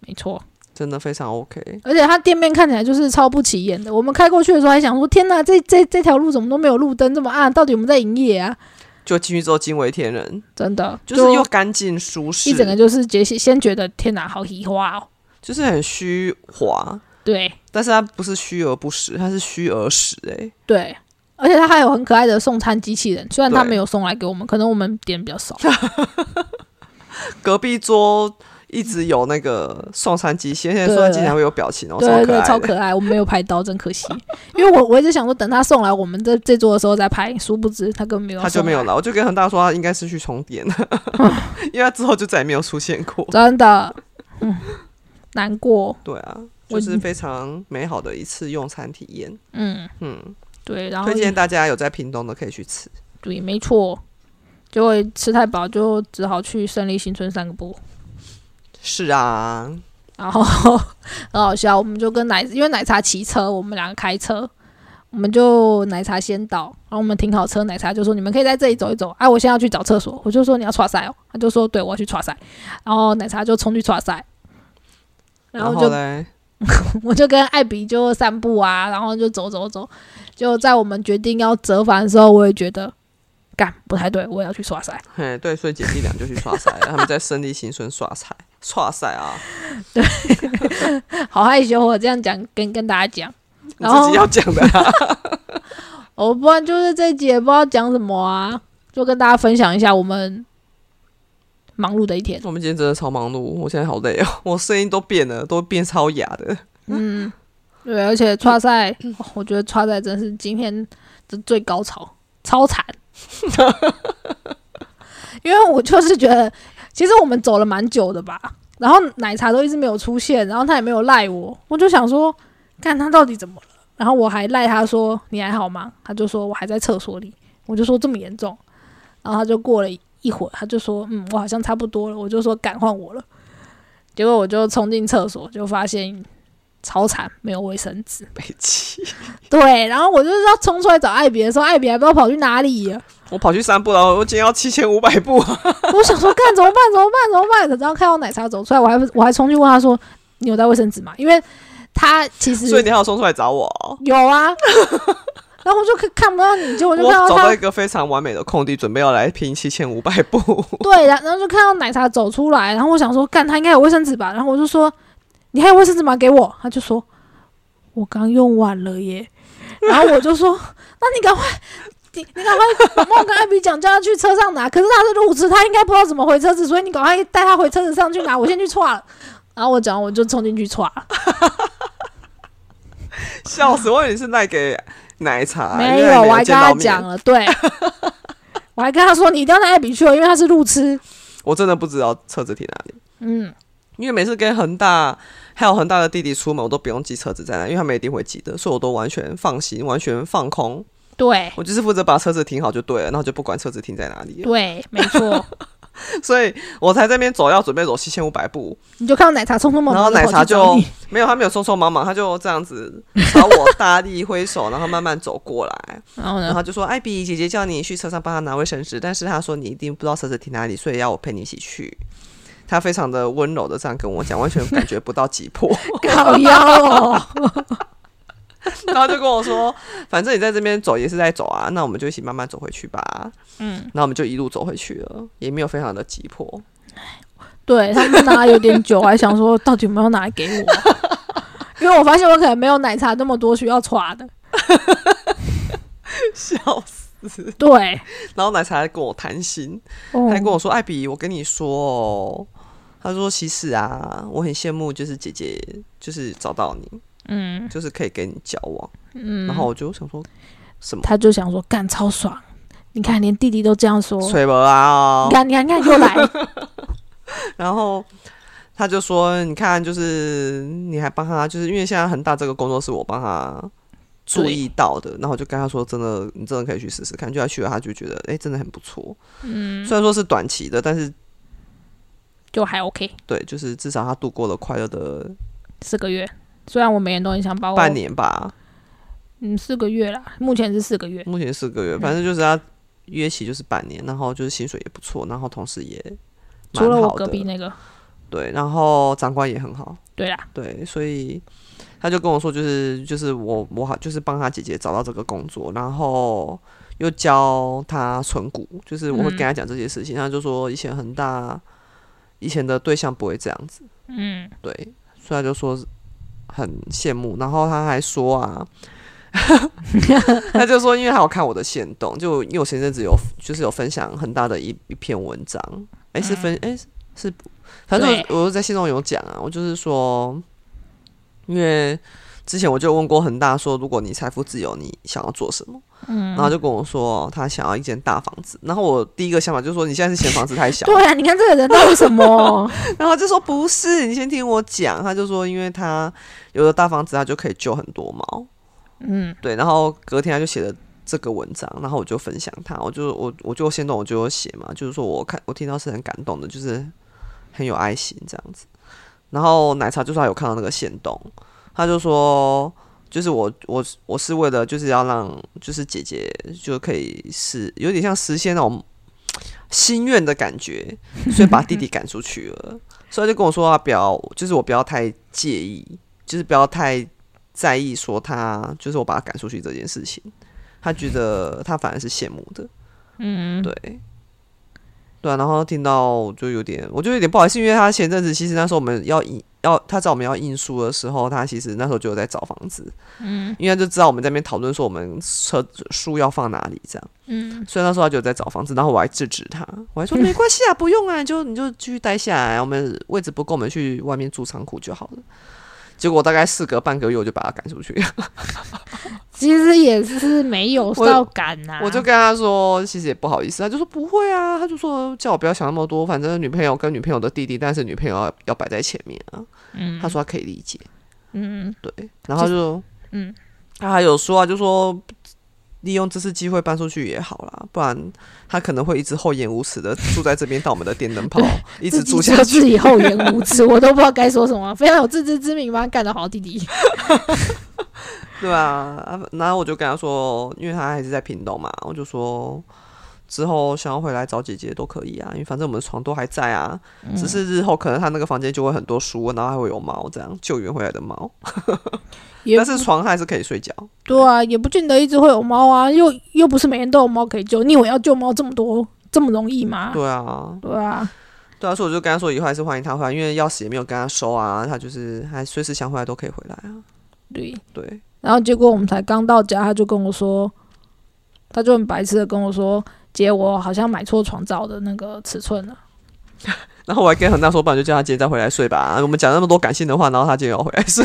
Speaker 1: 没错。
Speaker 2: 真的非常 OK，
Speaker 1: 而且它店面看起来就是超不起眼的。我们开过去的时候还想说，天哪，这这这条路怎么都没有路灯，这么暗，到底我们在营业啊？
Speaker 2: 就进去之后惊为天人，
Speaker 1: 真的，
Speaker 2: 就是又干净舒适，
Speaker 1: 一整个就是觉先觉得天哪，好喜花哦，
Speaker 2: 就是很虚华，
Speaker 1: 对
Speaker 2: 但是它不是虚而不实，它是虚而实、哎，
Speaker 1: 对。而且它还有很可爱的送餐机器人，虽然它
Speaker 2: 对
Speaker 1: 没有送来给我们，可能我们点比较少。
Speaker 2: 隔壁桌一直有那个送餐机器，现在
Speaker 1: 对
Speaker 2: 送餐机还会有表情哦，
Speaker 1: 对
Speaker 2: 超
Speaker 1: 对
Speaker 2: 可
Speaker 1: 对，
Speaker 2: 爱
Speaker 1: 超
Speaker 2: 的。
Speaker 1: 可爱，我们没有拍到，真可惜。因为我我一直想说，等他送来我们这这桌的时候再拍，殊不知他根本没有，
Speaker 2: 他就没有。来，我就跟恒大说他应该是去充 电， 因为他之后就再也没有出现过。
Speaker 1: 真的，嗯，难过。
Speaker 2: 对啊，
Speaker 1: 我
Speaker 2: 就是非常美好的一次用餐体验。
Speaker 1: 嗯，
Speaker 2: 嗯，
Speaker 1: 对，然后
Speaker 2: 推荐大家有在屏东的可以去吃。
Speaker 1: 对，没错。结果吃太饱，就只好去胜利新村散个步。
Speaker 2: 是啊，
Speaker 1: 然后 很好笑，我们就跟奶，因为奶茶骑车，我们两个开车，我们就奶茶先到，然后我们停好车，奶茶就说你们可以在这里走一走，啊，我现在要去找厕所，我就说你要刷塞哦，他就说对，我要去刷塞，然后奶茶就冲去刷塞，然后
Speaker 2: 后
Speaker 1: 就
Speaker 2: 嘞，
Speaker 1: 我就跟艾比就散步啊，然后就走走走，就在我们决定要折返的时候，我也觉得干不太对，我也要去刷塞，
Speaker 2: 嘿，对，所以姐弟俩就去刷赛 了，他们在胜利新村刷赛，刷赛啊，
Speaker 1: 好害羞哦，我这样讲跟跟大家讲。
Speaker 2: 你
Speaker 1: 然后
Speaker 2: 自己要讲的、啊。
Speaker 1: 我不然就是这一集也不知道讲什么啊，就跟大家分享一下我们忙碌的一天。
Speaker 2: 我们今天真的超忙碌，我现在好累哦，我声音都变了，都变超哑的。
Speaker 1: 嗯，对，而且叉赛，哦我觉得叉赛真是今天的最高潮，超惨。因为我就是觉得，其实我们走了蛮久的吧，然后奶茶都一直没有出现，然后他也没有赖我，我就想说，看他到底怎么了。然后我还赖他说你还好吗？他就说我还在厕所里，我就说这么严重，然后他就过了一会儿，他就说嗯，我好像差不多了，我就说赶换我了。结果我就冲进厕所，就发现超惨，没有卫生纸。
Speaker 2: 北七，
Speaker 1: 对，然后我就是要冲出来找艾比的时候，艾比还不知道跑去哪里了。
Speaker 2: 我跑去散步了，我今天要七千五百步 啊！
Speaker 1: 我想说，干怎么办？怎么办？怎么办？然后看到奶茶走出来，我还不我还冲去问他说：“你有带卫生纸吗？”因为他其实
Speaker 2: 所以你还要冲出来找我哦。
Speaker 1: 有啊。 然后我就看看不到你，结果我就
Speaker 2: 我
Speaker 1: 看到
Speaker 2: 找
Speaker 1: 他
Speaker 2: 到一个非常完美的空地，准备要来拼七千五百 步。
Speaker 1: 对，然然后就看到奶茶走出来，然后我想说，干他应该有卫生纸吧，然后我就说，你还有卫生纸吗？给我，他就说，我刚用完了耶，然后我就说， 那你赶快，你你赶快，我跟艾比讲，叫他去车上拿，可是他是路痴，他应该不知道怎么回车子，所以你赶快带他回车子上去拿，我先去歘了，然后我讲完我就冲进去歘了，
Speaker 2: 笑死！我以为你是卖给奶茶，
Speaker 1: 没
Speaker 2: 原来
Speaker 1: 有，我还
Speaker 2: 见
Speaker 1: 跟他
Speaker 2: 到面
Speaker 1: 讲，了，对，我还跟他说，你一定要带艾比去哦，因为他是路痴，
Speaker 2: 我真的不知道车子停哪里，
Speaker 1: 嗯，
Speaker 2: 因为每次跟恒大还有恒大的弟弟出门，我都不用记车子在哪，因为他们一定会记得，所以我都完全放心，完全放空，
Speaker 1: 对。
Speaker 2: 我就是负责把车子停好就对了，然后就不管车子停在哪 里了，
Speaker 1: 对，没错，
Speaker 2: 所以我才在那边走，要准备走七千五百步，
Speaker 1: 你就看到奶茶匆匆忙忙
Speaker 2: 然后
Speaker 1: 地
Speaker 2: 奶
Speaker 1: 跑去
Speaker 2: 茶
Speaker 1: 找
Speaker 2: 就
Speaker 1: 你
Speaker 2: 没有，他没有匆匆忙忙，他就这样子朝我大力挥手，然后慢慢走过来，
Speaker 1: 然后
Speaker 2: 然
Speaker 1: 呢？
Speaker 2: 后就说：“艾比姐姐叫你去车上帮她拿卫生纸，但是她说你一定不知道车子停哪里，所以要我陪你一起去。” 她非常的温柔的这样跟我讲，完全感觉不到急 迫。
Speaker 1: 搞腰 哦，
Speaker 2: 然后就跟我说：“反正你在这边走也是在走啊，那我们就一起慢慢走回去吧。”嗯，然后我们就一路走回去了，也没有非常的急迫。
Speaker 1: 对他们拿有点久，还想说到底有没有拿来给 我？因为我发现我可能没有奶茶那么多需要刷的。
Speaker 2: 笑死！
Speaker 1: 对，
Speaker 2: 然后奶茶还跟我谈心，
Speaker 1: 哦
Speaker 2: 他还跟我说：“艾比，我跟你说哦，他说其实啊，我很羡慕，就是姐姐就是找到你，
Speaker 1: 嗯
Speaker 2: 就是可以跟你交往。”
Speaker 1: 嗯，
Speaker 2: 然后我就想说什么？
Speaker 1: 他就想说干超爽，你看连弟弟都这样说，你
Speaker 2: 吹不啊、哦！
Speaker 1: 看你看你看又 来，
Speaker 2: 然后他就说：“你看，就是你还帮他，就是因为现在恒大这个工作是我帮他注意到的。”然后我就跟他说：“真的，你真的可以去试试看。”就他去了，他就觉得哎、诶真的很不错。
Speaker 1: 嗯，
Speaker 2: 虽然说是短期的，但是
Speaker 1: 就还 OK，
Speaker 2: 对，就是至少他度过了快乐的
Speaker 1: 四个月。虽然我每人都很想把我
Speaker 2: 半，年吧，
Speaker 1: 嗯，四个月啦，目前是四个月，
Speaker 2: 目前四个月，反
Speaker 1: 嗯
Speaker 2: 正就是他约期就是半年，然后就是薪水也不错，然后同时也蛮
Speaker 1: 除了我
Speaker 2: 好
Speaker 1: 隔壁
Speaker 2: 的，
Speaker 1: 那个，
Speaker 2: 对，然后长官也很好。
Speaker 1: 对啦，
Speaker 2: 对，所以他就跟我说、就是，就是我我好就是帮他姐姐找到这个工作，然后又教他存股，就是我会
Speaker 1: 嗯
Speaker 2: 跟他讲这些事情，他就说以前恒大以前的对象不会这样子，
Speaker 1: 嗯，
Speaker 2: 对，所以他就说很羡慕，然后他还说啊。 他就说，因为他有看我的线动，就因为我前阵子有就是有分享很大的一一篇文章，哎、是分哎、是是，反
Speaker 1: 嗯
Speaker 2: 正
Speaker 1: 对
Speaker 2: 我我在线动有讲啊，我就是说，因为之前我就问过恒大说，如果你财富自由，你想要做什么？
Speaker 1: 嗯
Speaker 2: 然后就跟我说他想要一间大房子。然后我第一个想法就是说，你现在是嫌房子太 小，
Speaker 1: 对啊，你看这个人到底什么？
Speaker 2: 然后就说不是，你先听我讲。他就说，因为他有了大房子，他就可以救很多猫。
Speaker 1: 嗯
Speaker 2: 对，然后隔天他就写了这个文章，然后我就分享他，我就我我就先动我就有写嘛，就是说我看我听到是很感动的，就是很有爱心这样子。然后奶茶就说他有看到那个线动，他就说就是我我我是为了就是要让就是姐姐就可以是有点像实现那种心愿的感觉，所以把弟弟赶出去了，所以他就跟我说他不要，就是我不要太介意，就是不要太在意说他就是我把他赶出去这件事情，他觉得他反而是羡慕的，
Speaker 1: 嗯，
Speaker 2: 对，对啊，然后听到我就有点，我就有点不好意思，因为他前阵子其实那时候我们要印要他找我们要印书的时候，他其实那时候就有在找房子，嗯，因为他就知道我们在那边讨论说我们车书要放哪里这样，
Speaker 1: 嗯，
Speaker 2: 所以那时候他就有在找房子，然后我还制止他，我还说没关系啊，不用啊，你就你就继续待下来，我们位置不够，我们去外面住仓库就好了。结果大概事隔半个月，我就把他赶出去。
Speaker 1: 其实也是没有
Speaker 2: 我
Speaker 1: 少感啊呐、
Speaker 2: 我就跟他说，其实也不好意思，他就说不会啊，他就说叫我不要想那么多，反正女朋友跟女朋友的弟弟，但是女朋友要要摆在前面啊。
Speaker 1: 嗯
Speaker 2: 他说他可以理解，
Speaker 1: 嗯
Speaker 2: 对，然后就
Speaker 1: 嗯，
Speaker 2: 他还有说啊，就说利用这次机会搬出去也好啦，不然他可能会一直厚颜无耻的住在这边当我们的电灯泡，一直
Speaker 1: 自己
Speaker 2: 住下
Speaker 1: 说
Speaker 2: 去
Speaker 1: 自。己厚颜无 耻，我都不知道该说什么，非常有自知之明把他干得好弟弟。
Speaker 2: 对啊，啊然后我就跟他说，因为他还是在屏东嘛，我就说之后想要回来找姐姐都可以啊，因为反正我们床都还在啊，只是日后可能他那个房间就会很多书，然后还会有猫这样救援回来的猫，
Speaker 1: 也
Speaker 2: 但是床还是可以睡觉。
Speaker 1: 对啊，也不见得一直会有猫啊，又又不是每天都有猫可以救。你以为要救猫这么多这么容易吗？
Speaker 2: 对啊，
Speaker 1: 对啊，
Speaker 2: 对啊，所以我就跟他说以后还是欢迎他回来，因为钥匙也没有跟他收啊，他就是还随时想回来都可以回来啊。
Speaker 1: 对。
Speaker 2: 对，
Speaker 1: 然后结果我们才刚到家，他就跟我说，他就很白痴的跟我说：“姐，我好像买错床罩的那个尺寸了。
Speaker 2: 然后我还跟恒大说，不然就叫他今天再回来睡吧。我们讲那么多感性的话，然后他今天要回来睡。”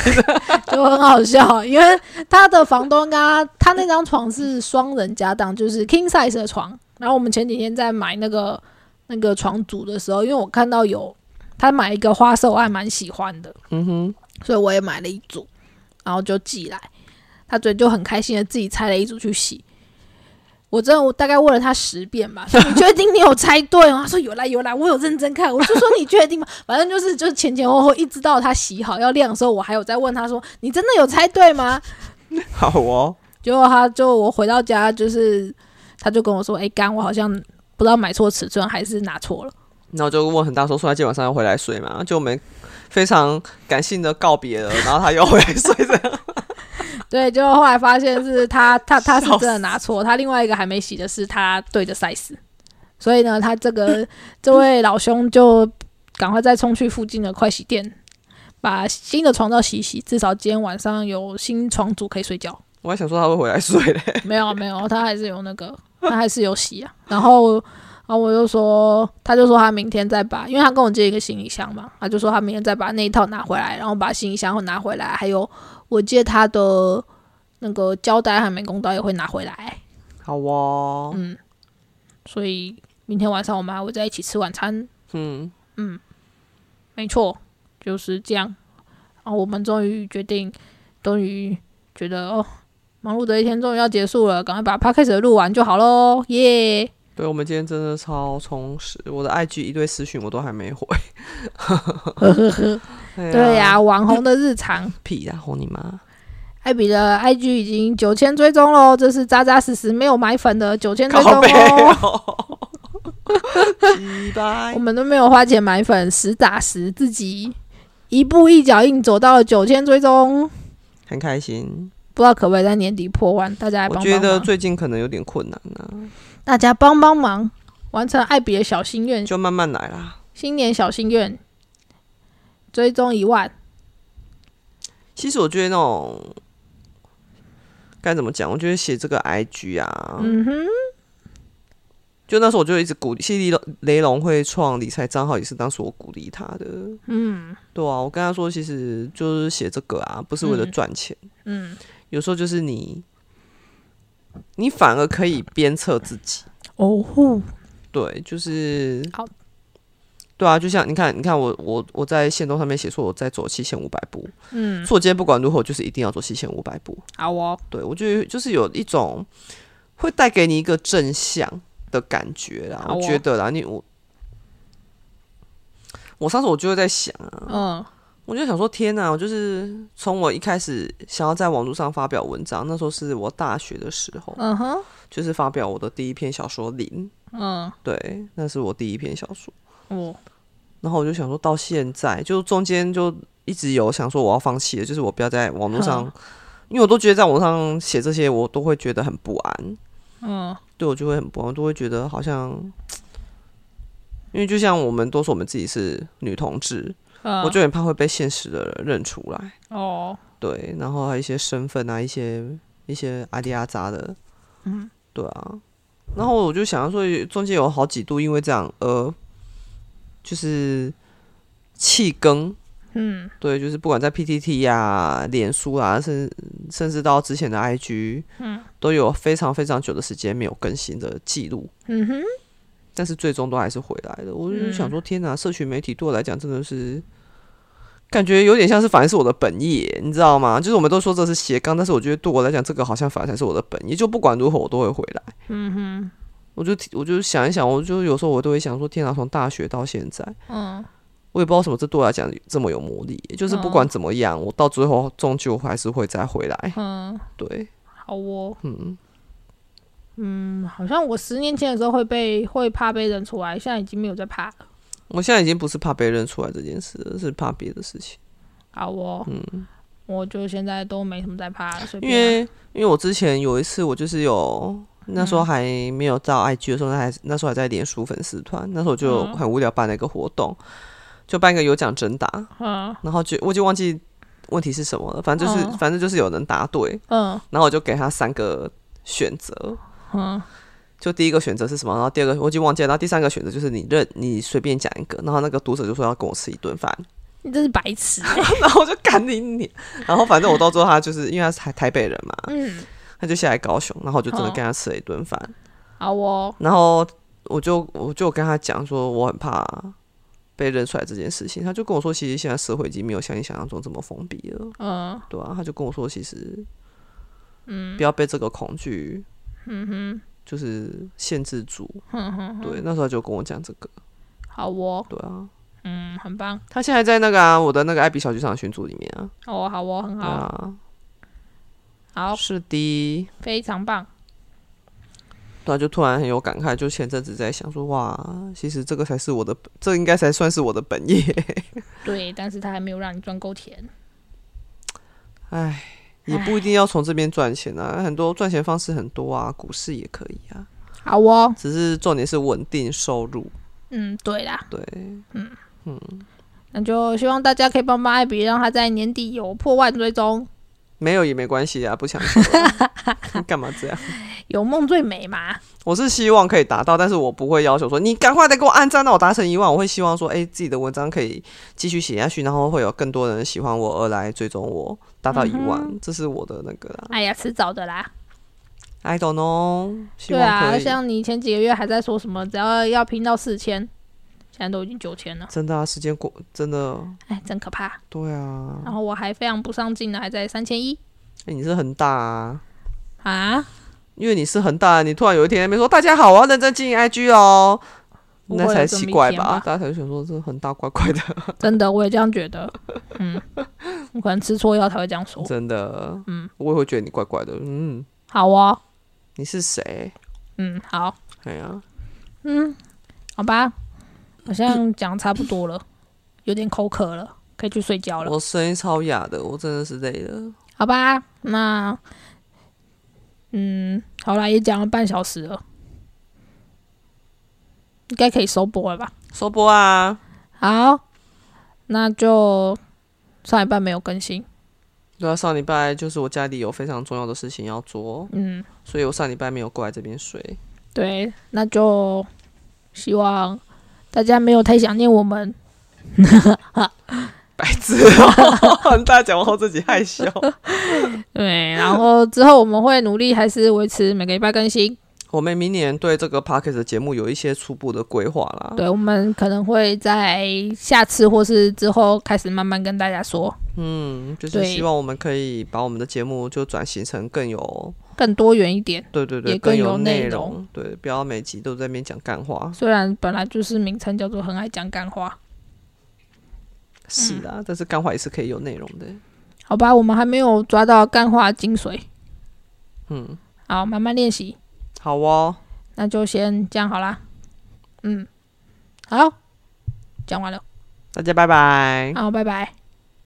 Speaker 1: 就很好笑，因为他的房东跟他他那张床是双人家当，就是 king size 的床。然后我们前几天在买那个那个床组的时候，因为我看到有他买一个花色，我还蛮喜欢的，
Speaker 2: 嗯哼，
Speaker 1: 所以我也买了一组，然后就寄来。他昨天就很开心的自己拆了一组去洗。我真的我大概问了他十遍吧，说你确定你有拆对吗？他说有啦有啦，我有认真看。我就说你确定吗？ 反正就是就是前前后后一直到他洗好要晾的时候，我还有在问他说你真的有拆对吗？
Speaker 2: 好哦。
Speaker 1: 结果他就我回到家就是他就跟我说，哎、干我好像不知道买错尺寸还是拿错了。
Speaker 2: 然后就问很大说，说他今晚上要回来睡嘛？就我们非常感性的告别了，然后他又回来睡这 样。
Speaker 1: 对，结果后来发现是他他他是
Speaker 2: 笑死
Speaker 1: 真的拿错，他另外一个还没洗的是他对的 size，所以呢，他这个这位老兄就赶快再冲去附近的快洗店，把新的床罩洗一洗，至少今天晚上有新床主可以睡觉。
Speaker 2: 我还想说他会回来睡嘞，
Speaker 1: 没有没有，他还是有那个，他还是有洗啊。然后然后我就说，他就说他明天再把，因为他跟我借一个行李箱嘛，他就说他明天再把那一套拿回来，然后把行李箱拿回来，还有我借他的那个胶带和美工刀也会拿回来。
Speaker 2: 好哦，
Speaker 1: 嗯，所以明天晚上我们还会在一起吃晚餐。
Speaker 2: 嗯，
Speaker 1: 没错，就是这样。然后我们终于决定，终于觉得哦，忙碌的一天终于要结束了，赶快把 p o d c a s 录完就好喽，耶、
Speaker 2: 对我们今天真的超充实，我的 IG 一堆私讯我都还没回。 哎啊
Speaker 1: 对呀、网红的日 常。
Speaker 2: 屁呀、哄你妈！
Speaker 1: 艾比的 IG 已经九千追踪喽，这是扎扎实实没有买粉的九千追踪
Speaker 2: 靠背
Speaker 1: 哦。
Speaker 2: 哦，鸡巴
Speaker 1: 我！们都没有花钱买粉，实打实自己一步一脚印走到了九千追踪，
Speaker 2: 很开心，
Speaker 1: 不知道可不可以在年底破万？大家来
Speaker 2: 我
Speaker 1: 帮
Speaker 2: 觉
Speaker 1: 帮
Speaker 2: 得
Speaker 1: 忙，
Speaker 2: 最近可能有点困难啊，
Speaker 1: 大家帮帮忙，完成艾比的小心愿，
Speaker 2: 就慢慢来啦。
Speaker 1: 新年小心愿，追踪一万。
Speaker 2: 其实我觉得那种
Speaker 1: 嗯
Speaker 2: 该怎么讲，我觉得写这个 IG 啊，
Speaker 1: 嗯哼，
Speaker 2: 就那时候我就一直鼓励，谢丽雷龙会创理财账号，也是当时我鼓励他的。
Speaker 1: 嗯
Speaker 2: 对啊，我跟他说，其实就是写这个啊，不是为了
Speaker 1: 嗯
Speaker 2: 赚钱，
Speaker 1: 嗯，
Speaker 2: 有时候就是你，你反而可以鞭策自己。
Speaker 1: 哦吼，
Speaker 2: 对，就是
Speaker 1: 好
Speaker 2: 对啊，就像你看，你看我我我在线动上面写说我在走七千五百步，
Speaker 1: 嗯，
Speaker 2: 所以我今天不管如何，我就是一定要走七千五百步。
Speaker 1: 好哦，
Speaker 2: 对我觉得就是有一种会带给你一个正向的感觉啦，
Speaker 1: 好哦
Speaker 2: 我觉得啦，你我我上次我就会在想啊，
Speaker 1: 嗯
Speaker 2: 我就想说天哪，我就是从我一开始想要在网络上发表文章，那时候是我大学的时候，
Speaker 1: 嗯哼，
Speaker 2: 就是发表我的第一篇小说《零
Speaker 1: 嗯》，
Speaker 2: 对，那是我第一篇小说。
Speaker 1: 哦，
Speaker 2: 然后我就想说，到现在就中间就一直有想说我要放弃了，就是我不要在网络上
Speaker 1: 嗯，
Speaker 2: 因为我都觉得在网络上写这些，我都会觉得很不安，
Speaker 1: 嗯
Speaker 2: 对我就会很不安，我都会觉得好像，因为就像我们都说我们自己是女同志，
Speaker 1: 嗯，
Speaker 2: 我就很怕会被现实的人认出来，
Speaker 1: 哦，
Speaker 2: 对，然后还有一些身份啊，一些一些阿迪阿扎的，
Speaker 1: 嗯，
Speaker 2: 对啊，然后我就想要说，中间有好几度因为这样，呃，就是弃更。
Speaker 1: 嗯
Speaker 2: 对，就是不管在 PTT 啊、脸书啊，甚甚至到之前的 IG，
Speaker 1: 嗯，
Speaker 2: 都有非常非常久的时间没有更新的记录，
Speaker 1: 嗯哼，
Speaker 2: 但是最终都还是回来的。我
Speaker 1: 嗯
Speaker 2: 就想说，天哪，社群媒体对我来讲真的是。感觉有点像是，反而是我的本业，你知道吗？就是我们都说这是斜杠，但是我觉得对我来讲，这个好像反而才是我的本业。就不管如何，我都会回来。
Speaker 1: 嗯哼，
Speaker 2: 我就我就想一想，我就有时候我都会想说，天哪，从大学到现在，
Speaker 1: 嗯
Speaker 2: 我也不知道为什么，这对我来讲这么有魔力。就是不管怎么样，我到最后终究还是会再回来。
Speaker 1: 嗯，
Speaker 2: 对，
Speaker 1: 好哦。
Speaker 2: 嗯，
Speaker 1: 嗯，好像我十年前的时候会被会怕被认出来，现在已经没有在怕了。
Speaker 2: 我现在已经不是怕被认出来这件事了，是怕别的事情。
Speaker 1: 好哦，我就现在都没什么在怕了，随
Speaker 2: 嗯因
Speaker 1: 便啊、
Speaker 2: 为因为我之前有一次，我就是有那
Speaker 1: 嗯
Speaker 2: 时候还没有到 IG 的时候，那还那时候还在脸书粉丝团，那时候就
Speaker 1: 嗯
Speaker 2: 很无聊办了一个活动，就办一个有奖征答，
Speaker 1: 嗯
Speaker 2: 然后就我就忘记问题是什么了，反正就是、
Speaker 1: 嗯
Speaker 2: 反正就是有人答对，
Speaker 1: 嗯
Speaker 2: 然后我就给他三个选择，
Speaker 1: 嗯
Speaker 2: 就第一个选择是什么，然后第二个我已经忘记了，然后第三个选择就是你认你随便讲一个，然后那个读者就说要跟我吃一顿饭，
Speaker 1: 你真是白痴、欸。
Speaker 2: 然后我就赶你你，然后反正我到最后他就是因为他是台台北人嘛，
Speaker 1: 嗯，
Speaker 2: 他就下来高雄，然后我就真的
Speaker 1: 哦
Speaker 2: 跟他吃了一顿饭，
Speaker 1: 好哦，
Speaker 2: 然后我就我就跟他讲说我很怕被认出来这件事情，他就跟我说其实现在社会已经没有像你想象中这么封闭了，
Speaker 1: 嗯
Speaker 2: 对啊，他就跟我说其实
Speaker 1: 嗯
Speaker 2: 不要被这个恐惧
Speaker 1: 嗯哼
Speaker 2: 就是限制住，
Speaker 1: 哼哼，
Speaker 2: 对，那时候他就跟我讲这个，
Speaker 1: 好哦，
Speaker 2: 对啊。
Speaker 1: 嗯，很棒，
Speaker 2: 他现在在那个啊，我的那个艾比小剧场群组里面啊，
Speaker 1: 好哦，好哦，很
Speaker 2: 对
Speaker 1: 好，
Speaker 2: 啊，
Speaker 1: 好，
Speaker 2: 是的，
Speaker 1: 非常棒。
Speaker 2: 对啊，就突然很有感慨，就前阵子在想说，哇，其实这个才是我的，这应该才算是我的本业，
Speaker 1: 对，但是他还没有让你赚够钱。
Speaker 2: 唉，也不一定要从这边赚钱啊，很多赚钱方式很多啊，股市也可以啊，
Speaker 1: 好哦，
Speaker 2: 只是重点是稳定收入，
Speaker 1: 嗯，对啦，
Speaker 2: 对，
Speaker 1: 那就希望大家可以帮帮艾比，让他在年底有破万追踪，
Speaker 2: 没有也没关系啊，不强求啊、 干嘛这样？
Speaker 1: 有梦最美嘛。
Speaker 2: 我是希望可以达到，但是我不会要求说你赶快来给我按赞，让我达成一万。我会希望说，哎、自己的文章可以继续写下去，然后会有更多人喜欢我而来追踪我，达到一万，这是我的那个啦。
Speaker 1: 哎呀，迟早的啦。
Speaker 2: I don't know，希
Speaker 1: 对
Speaker 2: 望可
Speaker 1: 啊，
Speaker 2: 以。
Speaker 1: 像你前几个月还在说什么，只要要拼到四千，现在都已经九千了，
Speaker 2: 真的啊，时间过真的，
Speaker 1: 哎，真可怕。
Speaker 2: 对啊，
Speaker 1: 然后我还非常不上进的，还在三千一
Speaker 2: 哎你是很大啊。
Speaker 1: 啊，
Speaker 2: 因为你是很大，你突然有一天在那边说大家好，我要认真经营 IG 哦，
Speaker 1: 不会
Speaker 2: 那才
Speaker 1: 有这么
Speaker 2: 奇
Speaker 1: 一
Speaker 2: 怪
Speaker 1: 天
Speaker 2: 吧？
Speaker 1: 吧
Speaker 2: 大家才想说这很大怪怪的，
Speaker 1: 真的，我也这样觉得。嗯，我可能吃错药才会这样说。
Speaker 2: 真的，
Speaker 1: 哦嗯，
Speaker 2: 我也会觉得你怪怪的，嗯，
Speaker 1: 好哦，
Speaker 2: 你是谁？
Speaker 1: 嗯，好，
Speaker 2: 哎呀、
Speaker 1: 嗯，好吧，好像讲差不多了，有点口渴了，可以去睡觉了，
Speaker 2: 我声音超哑的，我真的是累了。
Speaker 1: 好吧？那，嗯，好啦，也讲了半小时了，应该可以收播了吧？
Speaker 2: 收播啊！
Speaker 1: 好，那就上一半没有更新，
Speaker 2: 对啊，上礼拜就是我家里有非常重要的事情要做，
Speaker 1: 嗯，
Speaker 2: 所以我上礼拜没有过来这边睡。
Speaker 1: 对，那就希望大家没有太想念我们。
Speaker 2: 白 痴 哦！大家讲完后自己害羞。
Speaker 1: 对，然后之后我们会努力，还是维持每个礼拜更新。
Speaker 2: 我们明年对这个 p a r k e t 节目有一些初步的规划啦。
Speaker 1: 对，我们可能会在下次或是之后开始慢慢跟大家说
Speaker 2: 嗯，就是
Speaker 1: 对
Speaker 2: 希望我们可以把我们的节目就转型成更有，
Speaker 1: 更多元一点。
Speaker 2: 对对对，
Speaker 1: 也更有
Speaker 2: 有
Speaker 1: 内
Speaker 2: 容，
Speaker 1: 容
Speaker 2: 对，不要每集都在那边讲干话。
Speaker 1: 虽然本来就是名称叫做“很爱讲干话
Speaker 2: 是
Speaker 1: 嗯
Speaker 2: 啦，但是干话也是可以有内容的。”，
Speaker 1: 好吧，我们还没有抓到干话精髓，
Speaker 2: 嗯，
Speaker 1: 好，慢慢练习。
Speaker 2: 好哦，
Speaker 1: 那就先这样好啦。嗯，好，讲完了，
Speaker 2: 大家拜拜。嗯
Speaker 1: 好，拜拜。